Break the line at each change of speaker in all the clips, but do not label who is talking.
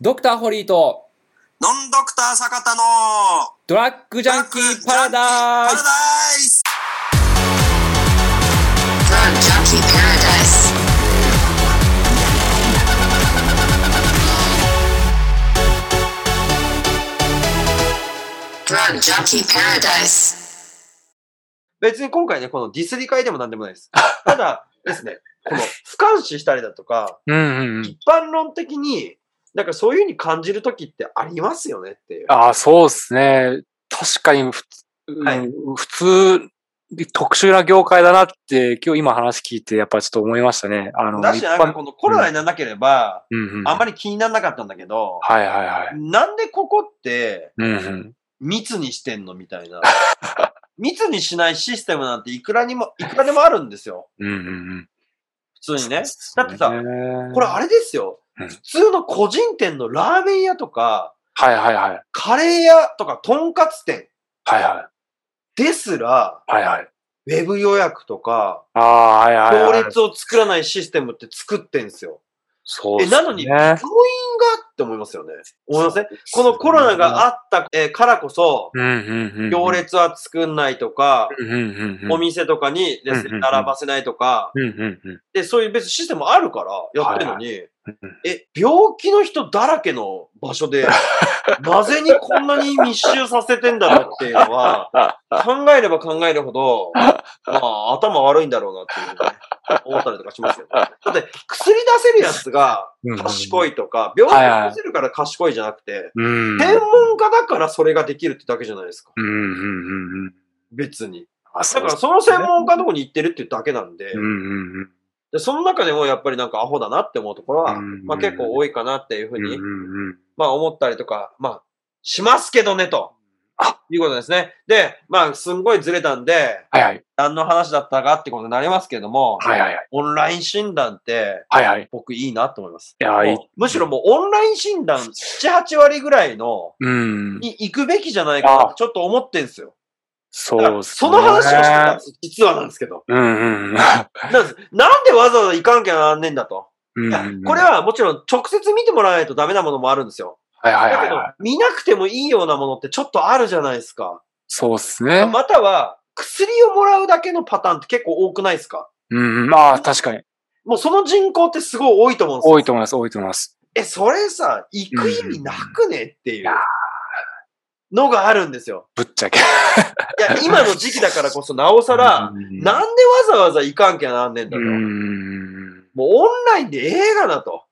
ドクターホリーと
ノンドクター坂田の
ドラッグジャンキーパラダイ
パラ
ス
ダイス
Drug Junkie Paradise.
別に今回ね、このディスり会でもなんでもないです。ただで すね、この俯瞰視したりだとか、
うんうんうん。
一般論的に、なんかそういう風に感じるときってありますよねっていう。
ああ、そうですね。確かに普通、
はい
うん普通、特殊な業界だなって、今日今話聞いて、やっぱちょっと思いましたね。あの、
だし、なんかこのコロナにならなければ、
うんうん。
あんまり気にならなかったんだけど、
はいはいはい。
なんでここって
うんうん。
密にしてんのみた いな。密にしないシステムなんていくらにも、いくらでもあるんですよ。
うんうんうん。
普通にね。だってさ、こ
こ
れあれですよ。
うん
普通の個人店のラーメン屋とか、
はいはいはい。
カレー屋とか、とんかつ店
はいはい。
ですら、
はいはい。
ウェブ予約とか、
ああ、はいはい、
行
はい。
列を作らないシステムって作ってんすよ。
そう
え、
っすね。
なのに、病院がって思いますよね。思いませんこのコロナがあった、えーからこそ、
うんうんうん。
行。列は作んないとか、
うんうんうん。
お店とかに
うんう
です
んう
ね、
ん
並ばせないとか、
うんうんうん。
で、そういう別にシステムあるからやってるのに、
うん
え、病気の人だらけの場所 で、なぜにこんなに密集させてんだろうっていうのは、考えれば考える ほど、まあ、頭悪いんだろうなっていうふうにね、思ったりとかしますよ、ね。だって、薬出せるやつが賢
い。
いとか、病気出せるから賢いじゃなくて、
うん。
専門家だからそれができるってだけじゃないですか。
うんうんうんうん。
別に。
あ、そ
だ
う
からその専門家のとこに行ってるっていうだけなんで、
うんうんうん。
でその中でもやっぱりなんかアホだなって思うところは、
うん
まあ結構多いかなっていうふうに
うんうんうん。
まあ思ったりとか、まあ、しますけどね、と。いうことですね。で、まあ、すんごいずれたんで、
はいはい。
何の話だったかってことになりますけども、
はいはいはい。
オンライン診断って、
はいはい。
僕いいなと思います。
いやー、いい
もうむしろもうオンライン診断7、8割ぐらいの、
うん。
に行くべきじゃないかなってちょっと思ってんすよ。
そ
だから
うっす
その話をしてたんです。実はなんですけど。
うんうん
なんですなんでわざわざ行かんきゃなんねんだと。
うん。
いや
うんうん
これ、はもちろん直接見てもらわないとダメなものもあるんですよ。
はいはい
だ
は
け
い
ど
はい。、
見なくてもいいようなものってちょっとあるじゃないですか。
そうっすね。
または、薬をもらうだけのパターンって結構多くないですか
うんうん。まあ、確かに。
もうその人口ってすごい多いと思うんですよ。
多いと思います、多いと思います。
え、それさ、行く意味なくねっていうのがあるんですよ。
ぶっちゃけ。
いや、今の時期だからこそなおさら、
うん、
なんでわざわざ行かんきゃなんねんだ
う
と。
ん。
もうオンラインで映画だと。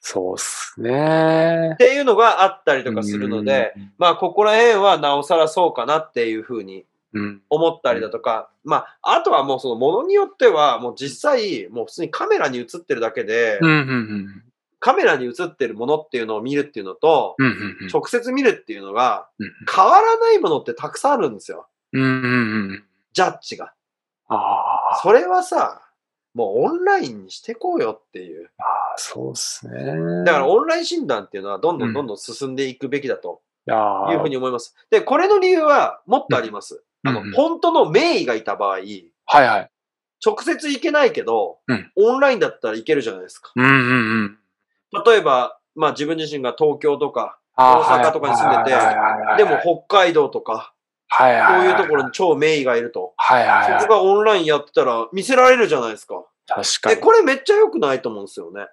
そうっすね
っ。ていうのがあったりとかするので、まあ、ここら辺はなおさらそうかなっていうふうに
うん。
思ったりだとか、まあ、あとはもうそのものによっては、もう実際、もう普通にカメラに映ってるだけで、
うんうんうん。
カメラに映ってるものっていうのを見るっていうのと、
うんうんうん。
直接見るっていうのが
うん、
変わらないものってたくさんあるんですよ。
うんうんうん。
ジャッジが。
ああ、
それはさ、もうオンラインにしてこうよっていう。
そうっすね。
だからオンライン診断っていうのはどんど
うんん
どんどん進んでいくべきだと
ら
いうふうに思います。で、これの理由はもっとあります。あの
うんうん、
本当の名医がいた場合、
はいはい。
直接行けないけど
うん、
オンラインだったら行けるじゃないですか。
うんうんうん。
例えば、まあ自分自身が東京とか、
あー
大阪とかに住んでて
はいはいはいはい
でも北海道とか、
はいはい
こ
は
う
い。
いうところに超名医がいると。
はいはいはい
そこがオンラインやってたら見せられるじゃないですか。
確か
で、
に。
これめっちゃ良くないと思うんですよね。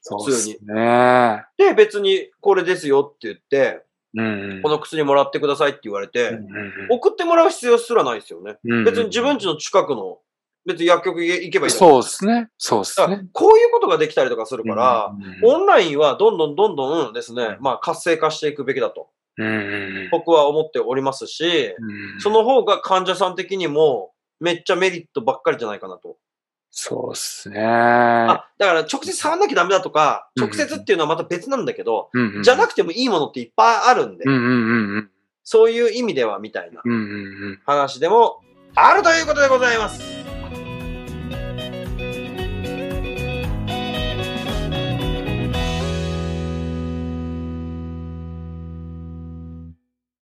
そうっすね。
で、別にこれですよって言って、
うんうん。
この薬もらってくださいって言われ
うん
て、
うんうん
送ってもらう必要すらないですよね。
うんうん
別に自分家の近くの、別に薬局へ行けばいいじゃな
そ
い
う
で
っすね。そうっ
す
す
か。だか
ね
ら。こういうことができたりとかするから、
うん
オンラインはどんどんどんどんですね、まあ活性化していくべきだと、
うん
僕は思っておりますし、
うん
その方が患者さん的にも、めっちゃメリットばっかりじゃないかなと。
そうっすね。
あ、だから直接触んなきゃダメだとか、
うん
直接っていうのはまた別なんだけど、じ
じ
ゃな
くて、
くてもいいものっていっぱいあるんで
う、んうんうんうん
そういう意味ではみたいな
うんうんうん。
話でもあるということでございます。